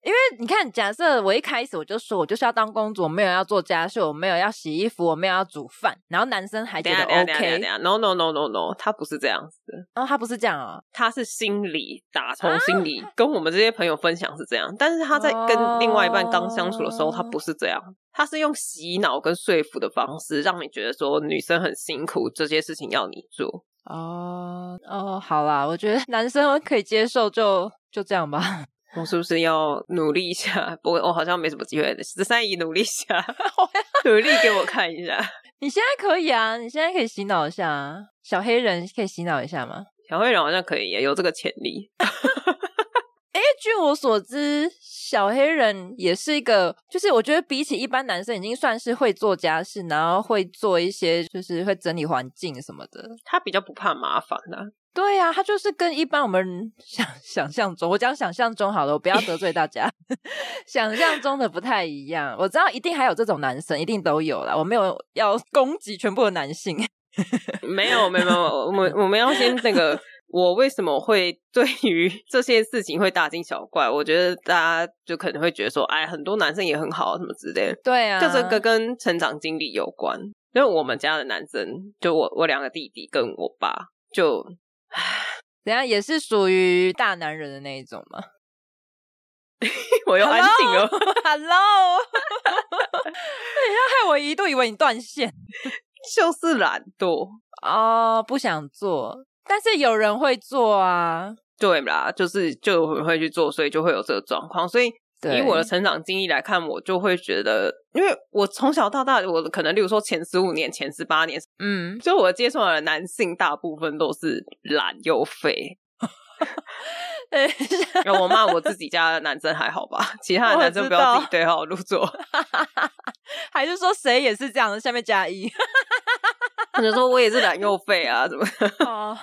因为你看，假设我一开始我就说我就是要当公主，我没有要做家事，我没有要洗衣服，我没有要煮饭，然后男生还觉
等一
得
下，等一下，等一下，
OK，
等一下，no no no no no，他不是这样子的，
哦，他不是这样啊、
他是心里打从心里、跟我们这些朋友分享是这样，但是他在
哦
跟另外一半当相处的时候，他不是这样，他是用洗脑跟说服的方式，让你觉得说女生很辛苦，这些事情要你做。
哦哦，好啦，我觉得男生可以接受就，就这样吧。
我是不是要努力一下？不过我好像没什么机会，十三姨努力 一下，努力给我看一下。
你现在可以啊，你现在可以洗脑一下啊，小黑人可以洗脑一下吗？
小慧人好像可以耶，有这个潜力。
因为据我所知，小黑人也是一个，就是我觉得比起一般男生，已经算是会做家事，然后会做一些就是会整理环境什么的。
他比较不怕麻烦的、
对啊呀、他就是跟一般我们想 想象中，我讲想象中好了，我不要得罪大家。 想象中的不太一样，我知道一定还有这种男生，一定都有啦。我没有要 攻击全部的男性，
没有，没有，没有，我们我们要先那个，我为什么会对于这些事情会大惊小怪？我觉得大家就可能会觉得说，哎，很多男生也很好，什么之类的。
对啊，
就这个跟成长经历有关。因为我们家的男生，就我我两个弟弟跟我爸，就
等一下也是属于大男人的那一 种嘛。
我又安静了。
Hello，等一下害我一度以为你断线
就是懒惰。
哦不想做，但是有人会做啊。
对啦，就是就有人会去做，所以就会有这个状况。所以
对
以我的成长经历来看，我就会觉得，因为我从小到大，我可能例如说前十五年、前十八年，
嗯，
就我接触到的男性，大部分都是懒又废。
等一下
然后我骂我自己家的男生还好吧，其他的男生不要自己对号入座。
还是说谁也是这样的？下面加一。
他就说我也是懒又废啊，怎么？
哦，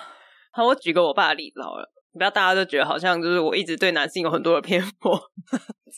好，我举个我爸的例子好了，不要大家都觉得好像就是我一直对男性有很多的偏颇。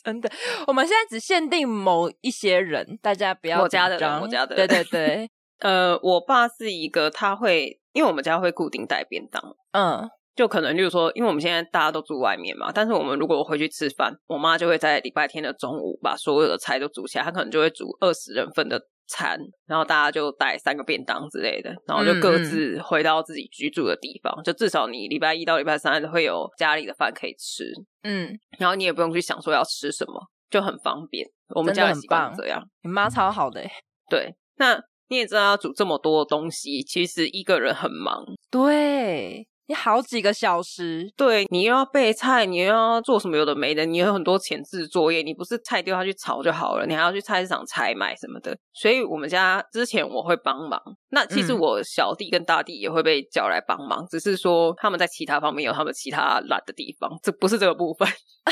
真的，我们现在只限定某一些人，大家不要
我家的人
紧张
我家的
对对
人
对，
呃，我爸是一个他会，因为我们家会固定带便当，
嗯，
就可能，例如说，因为我们现在大家都住外面嘛，但是我们如果回去吃饭，我妈就会在礼拜天的中午把所有的菜都煮起来，她可能就会煮二十人份的餐，然后大家就带三个便当之类的，然后就
嗯
各自回到自己居住的地方，就至少你礼拜一到礼拜三会有家里的饭可以吃，
嗯，
然后你也不用去想说要吃什么，就很方便。我们
真的
家
很
里习惯
棒
这样，
你妈超好的欸，
对。那你也知道，要煮这么多东西，其实一个人很忙，
对，你好几个小时，
对你又要备菜，你又要做什么有的没的，你有很多前置作业，你不是菜丢下去炒就好了，你还要去菜市场采买什么的。所以我们家之前我会帮忙，那其实
嗯
我小弟跟大弟也会被叫来帮忙，只是说他们在其他方面有他们其他懒的地方，这不是这个部分。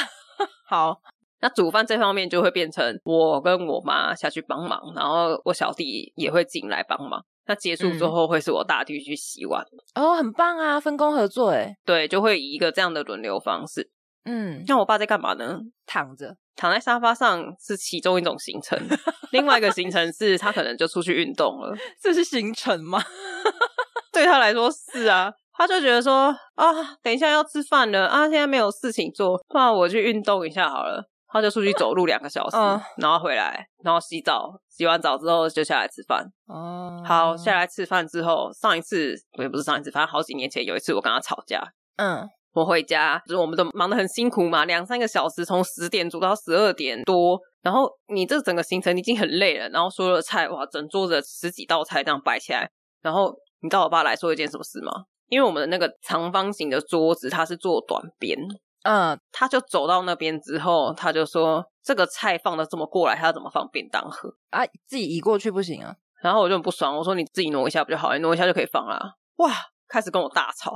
好，
那煮饭这方面就会变成我跟我妈下去帮忙，然后我小弟也会进来帮忙。那结束
嗯
之后会是我大弟去洗碗，
哦，很棒啊，分工合作，哎，
对，就会以一个这样的轮流方式。
嗯，
那我爸在干嘛呢？
躺着，
躺在沙发上是其中一种行 程，另外一个行程是他可能就出去运动了。
这是行程吗？
对他来说是啊，他就觉得说啊，等一下要吃饭了啊，现在没有事情做，不然我去运动一下好了。他就出去走路两个小时，
嗯
然后回来，然后洗澡，洗完澡之后就下来吃饭。
哦，
好，下，来吃饭之后，上一次我也不是上一次，反正好几年前有一次我跟他吵架，
嗯，
我回家，就是我们都忙得很辛苦嘛，两三个小时，从十点煮到十二点多，然后你这整个行程已经很累了，然后所有的菜哇，整桌子十几道菜这样摆起来，然后你知道我爸来说一件什么事吗？因为我们的那个长方形的桌子，它是做短边，
嗯，
他就走到那边之后，他就说这个菜放的这么过来，他要怎么放便当盒？
啊，自己移过去不行啊，
然后我就很不爽，我说你自己挪一下不就好了，你挪一下就可以放啦。哇，开始跟我大吵，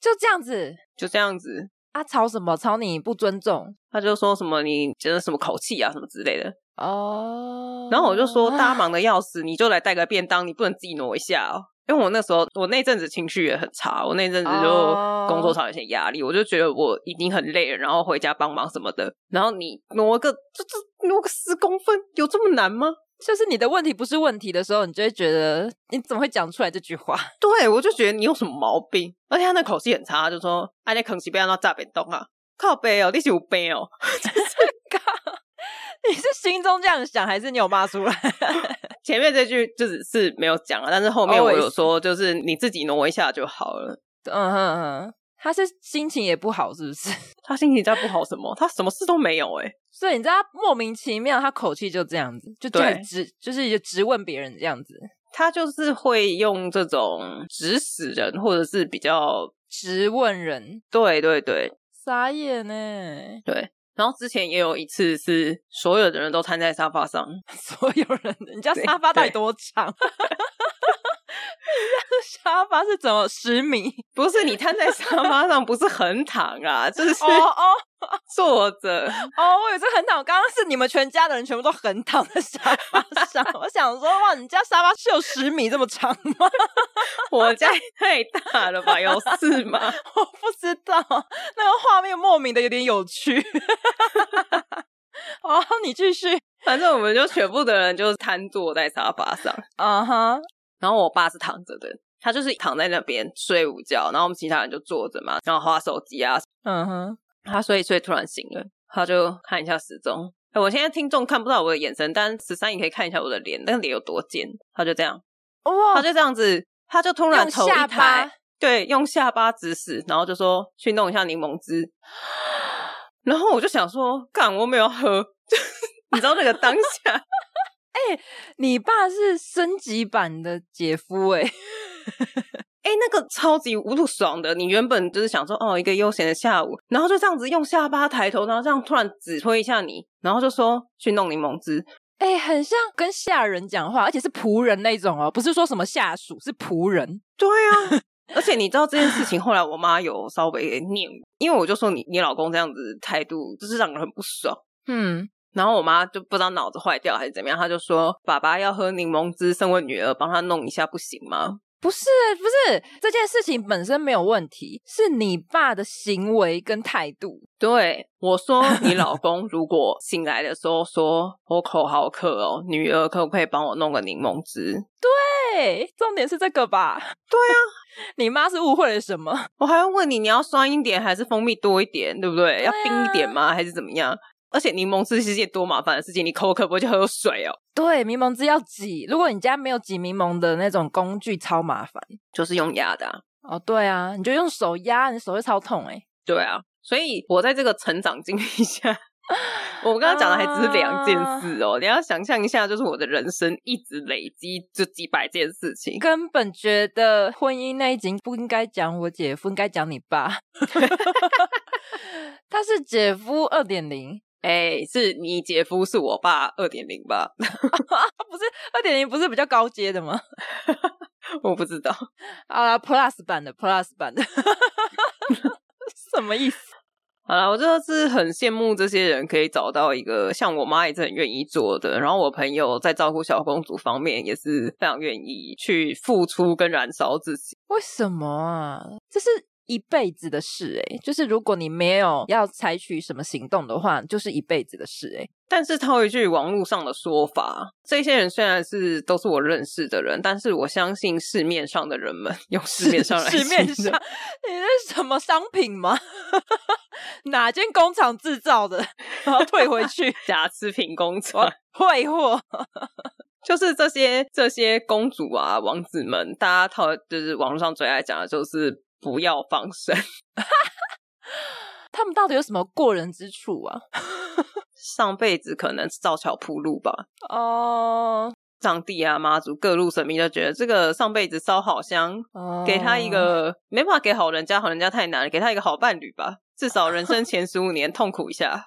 就这样子
就这样子。
啊，吵什么？吵你不尊重
他就说什么你觉得什么口气啊什么之类的，
哦，
然后我就说大家忙的要死，你就来带个便当，你不能自己挪一下哦。因为我那时候我那阵子情绪也很差，我那阵子就
哦
工作上有些压力，我就觉得我已经很累了，然后回家帮忙什么的，然后你挪个这这挪个十公分有这么难吗？
就是你的问题不是问题的时候，你就会觉得你怎么会讲出来这句话？
对，我就觉得你有什么毛病？而且他那口气很差，他就说：“哎、你肯西被那炸便当啊，靠背哦，你是有背哦。
你是心中这样想，还是你有骂出来？”
前面这句就只是没有讲啊，但是后面我
Always
有说，就是你自己挪一下就好了。
嗯哼哼，他是心情也不好，是不是？
他心情再不好什么，他什么事都没有哎、
所以你知道，他莫名其妙，他口气就这样子，就
对
开始直，就是就直问别人这样子，
他就是会用这种指使人，或者是比较
直问人，
对对对，
傻眼呢、
然后之前也有一次是所有的人都瘫在沙发上，
所有人，你家
对
沙发到底
对
多长？ 你家沙发是怎么十米？
不是你瘫在沙发上不是横躺啊，就是
哦哦
坐着。
哦！我以为是横躺，刚刚是你们全家的人全部都横躺在沙发上。 我想说，哇，你家沙发是有十米这么长吗？
我家也太大了吧，有事吗？
我不知道，那个画面莫名的有点有趣。 哦，你继续。
反正我们就全部的人就是瘫坐在沙发上，
啊哈，
然后我爸是躺着的。他就是躺在那边睡午觉，然后我们其他人就坐着嘛，然后划手机啊
嗯哼，
他睡一睡突然醒了，他就看一下时钟。哎，我现在听众看不到我的眼神，但十三你可以看一下我的脸，那个脸有多尖。他就这样，他
哇，
就这样子，他就突然
用
头
下巴
一抬，对，用下巴指使，然后就说去弄一下柠檬 汁。然后我就想说，干，我没有喝， 你知道那个当 下，
你爸是升级版的姐夫哎、
哎、那个超级无不爽的。你原本就是想说，哦，一个悠闲的下午，然后就这样子用下巴抬头，然后这样突然指挥一下你，然后就说去弄柠檬汁。
哎、很像跟下人讲话，而且是仆人那种哦，不是说什么下属，是仆人。
对啊，而且你知道这件事情，后来我妈有稍微念我，因为我就说你你老公这样子态度就是让人很不爽。
嗯，
然后我妈就不知道脑子坏掉还是怎么样，她就说：“爸爸要喝柠檬汁，身为女儿帮他弄一下不行吗
不是不是，这件事情本身没有问题，是你爸的行为跟态度。？”
对我说：“你老公如果醒来的时候说我口好渴哦，女儿可不可以帮我弄个柠檬汁
对，重点是这个吧？对啊， 你妈是误会了什么？？”
我还要问你，你要酸一点还是蜂蜜多一点，对不对？
对啊
要冰一点吗？还是怎么样？而且柠檬汁是一件多麻烦的事情，你口渴不会就喝水哦？
对，柠檬汁要挤，如果你家没有挤柠檬的那种工具，超麻烦。
就是用压的、啊。
哦，对啊，你就用手压，你手会超痛哎、
对啊，所以我在这个成长经历下， 我刚刚讲的还只是两件事哦，你要想象一下，就是我的人生一直累积这几百件事情。
根本觉得婚姻那一集不应该讲我姐夫，应该讲你爸。 他是姐夫二点零，
哎，是你姐夫是我爸二点零吧？
不是二点零，不是比较高阶的吗？
我不知道，
好啦 p l u s 版的 Plus 版的， 什么意思？
好了，我真的是很羡慕这些人可以找到一个像我妈也是很愿意做的，然后我朋友在照顾小公主方面也是非常愿意去付出跟燃烧自己。
为什么啊？这是一辈子的事诶、就是如果你没有要采取什么行动的话，就是一辈子的事欸诶、
但是套一句网络上的说法，这些人虽然是都是我认识的人，但是我相信市面上的人们用市 面上来
市面
形
上，
容
你是什么商品吗？ 哪间工厂制造的？ 然后退回 去
假吃品工厂，
退货。
就是这些这些公主啊、王子们，大家套就是网络上最爱讲的就是不要放生。
他们到底有什么过人之处啊？
上辈子可能是造桥铺路吧，
哦
上帝啊、妈祖、各路神明就觉得这个上辈子烧好香，
哦
给他一个没办法给好人家，好人家太难了，给他一个好伴侣吧，至少人生前十五年痛苦一下，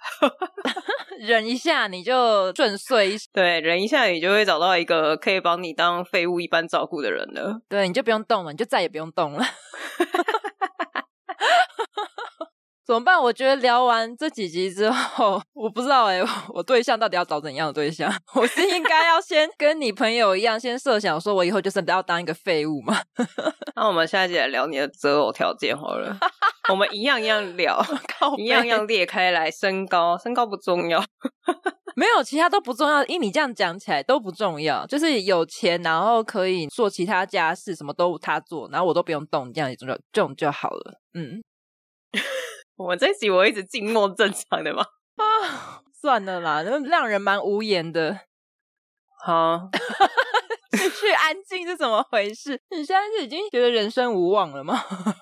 忍一下，你就顺遂一些，
对，忍一下你就会找到一个可以帮你当废物一般照顾的人了。
对，你就不用动了，你就再也不用动了。 怎么办？我觉得聊完这几集之后，我不知道哎、我对象到底要找怎样的对象？ 我是应该要先跟你朋友一样，先设想说我以后就是要当一个废物吗？
那我们下一集来聊你的择偶条件好 了，我们一样一样聊，
靠
一样一
背
样列开来，身高，身高不重要，
没有，其他都不重要。依你这样讲起来都不重要，就是有钱，然后可以做其他家事，什么都他做，然后我都不用动，这样也就这种就好了。嗯
我们这一集我一直静默正常的吗？
啊，算了啦，那让人蛮无言的。
好，
继续安静是怎么回事？ 你现在是已经觉得人生无望了吗？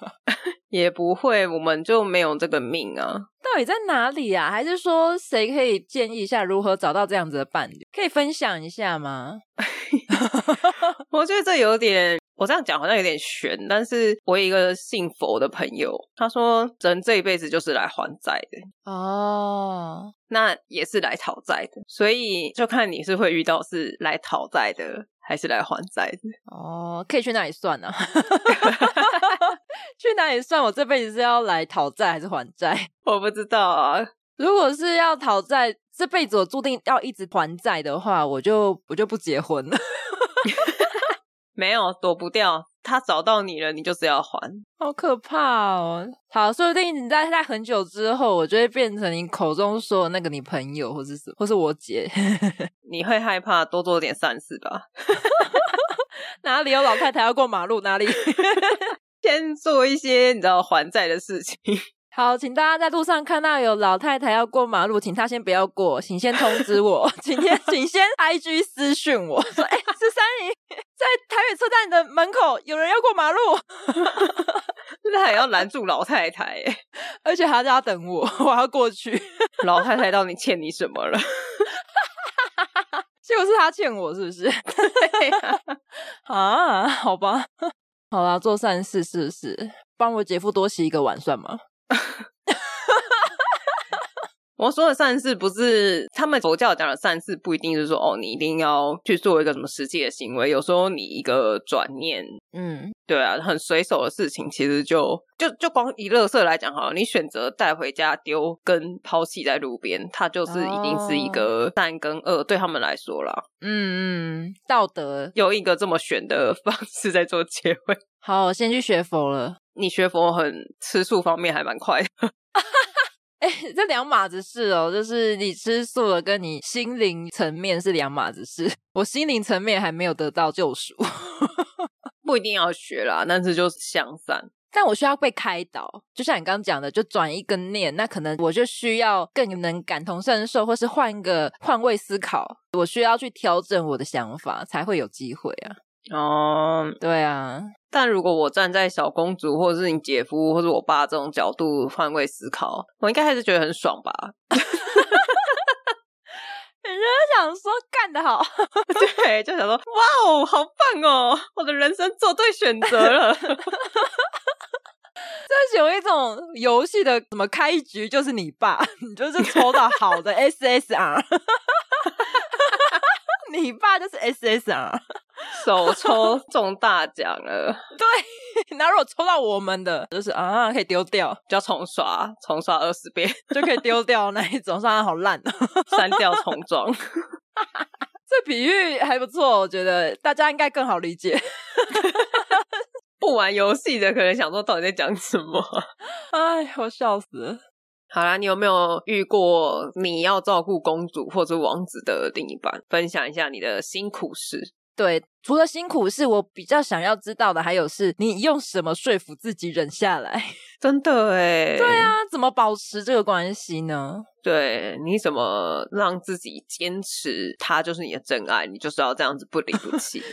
也不会，我们就没有这个命啊。
到底在哪里啊？还是说谁可以建议一下如何找到这样子的伴侣？可以分享一下吗？
我觉得这有点，我这样讲好像有点悬，但是我有一个信佛的朋友，他说人这一辈子就是来还债的，
哦，
那也是来讨债的，所以就看你是会遇到是来讨债的。还是来还债的，
哦，可以去哪里算呢、啊？ 去哪里算？我这辈子是要来讨债还是还债？
我不知道啊。
如果是要讨债，这辈子我注定要一直还债的话，我就我就不结婚了。
没有躲不掉，他找到你了，你就是要还。
好可怕哦！好，说不定你在在很久之后，我就会变成你口中说的那个你朋友，或是什或是我姐。
你会害怕，多做点善事吧。
哪里有老太太要过马路？哪里？
先做一些你知道还债的事情。
好，请大家在路上看到有老太太要过马路，请她先不要过，请先通知我， 请先请先 I G 私讯我说，哎、十三姨在台北车站的门口有人要过马路，
那还要拦住老太太、欸，
而且还要等我， 我要过去。
老太太到底欠你什么了？
结果是她欠我，是不是？啊， 好吧，好啦，做善事试试，帮我姐夫多洗一个碗算吗？
我说的善事不是他们佛教讲的善事，不一定是说哦，你一定要去做一个什么实际的行为。有时候你一个转念，
嗯，
对啊，很随手的事情，其实就就就光以乐色来讲好了，你选择带回家丢跟抛弃在路边，它就是已经是一个善跟恶，对他们来说啦，
嗯嗯，道德
用一个这么选的 方式在做结尾。
好，我先去学佛了。
你学佛很吃素方面还蛮快的，
哎、 这两码子事哦，就是你吃素了，跟你心灵层面是两码子事。 我心灵层面还没有得到救赎，
不一定要学啦，但是就是向善。
但我需要被开导。就像你刚刚讲的，就转一个念，那可能我就需要更能感同身受，或是换个换位思考。我需要去调整我的想法，才会有机会啊。
哦，
对啊，
但如果我站在小公主，或者是你姐夫，或者我爸这种角度换位思考，我应该还是觉得很爽吧？
人家想说干得好，
对，就想说哇哦，好棒哦，我的人生做对选择了。
这有一种游戏的怎么开局就是你爸， 你就是抽到好的 SSR，你爸就是 SSR，
首抽中大奖了，
那如果抽到我们的，就是啊可以丢掉，
就要重刷，重刷二十遍，
就可以丢掉那一种，虽 然好烂哦。
删掉重装。
这比喻还不错，我觉得大家应该更好理解。
不玩游戏的可能想说到底在讲什么。
哎，我笑死了。
好啦，你有没有遇过你要照顾公主或者王子的另一半？分享一下你的辛苦事。
对，除了辛苦事，我比较想要知道的还有是你用什么说服自己忍下来？
真的哎，
对，啊，怎么保持这个关系呢？
对你怎么让自己坚持，他就是你的真爱，你就是要这样子不离不弃。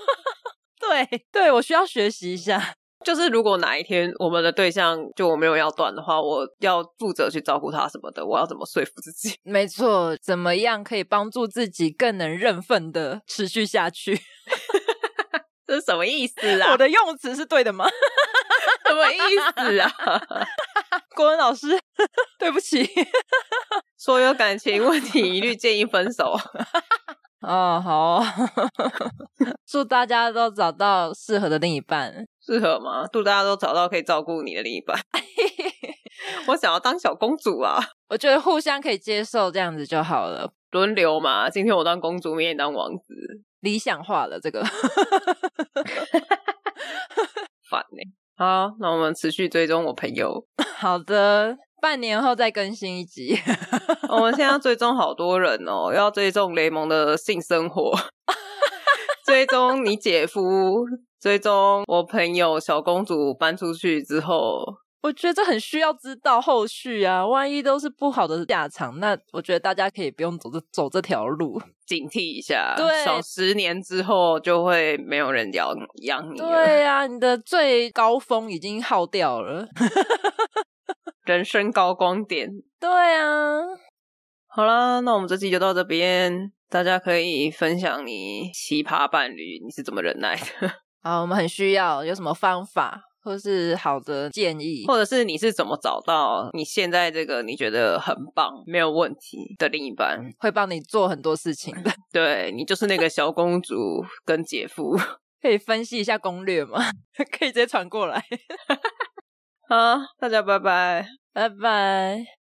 对，对我需要学习一下。
就是如果哪一天我们的对象就我没有要断的话，我要负责去照顾他什么的，我要怎么说服自己？
没错，怎么样可以帮助自己更能认份的持续下去？
这是什么意思
我
啊？
的用词是对的吗？
什么意思啊？
国文老师， 对不起。
所有感情问题一律建议分手。
哦，好哦 祝大家都找到适合的另一半。
适合吗？祝大家都找到可以照顾你的另一半。 我想要当小公主啊，
我觉得互相可以接受，这样子就好了，
轮流嘛，今天我当公主，明天你当王子，
理想化了这个。
烦呢、好，那我们持续追踪我朋友。
好的，半年后再更新一集。
我们现在要追踪好多人哦，要追踪雷蒙的性生活， 追踪你姐夫，追踪我朋友小公主搬出去之后，
我觉得这很需要知道后续啊，万一都是不好的下场，那我觉得大家可以不用走这走这条路。
警惕一下，
对
少十年之后就会没有人养养你了。
对呀、啊，你的最高峰已经耗掉了。
人生高光点。
对啊，
好啦，那我们这期就到这边，大家可以分享你奇葩伴侣你是怎么忍耐的，
好，我们很需要有什么方法或是好的建议。
或者是你是怎么找到你现在这个你觉得很棒、没有问题的另一半。
会帮你做很多事情的，
对你就是那个小公主跟姐夫
可以分析一下攻略吗？ 可以直接传过来，
啊，大家拜拜。
拜拜。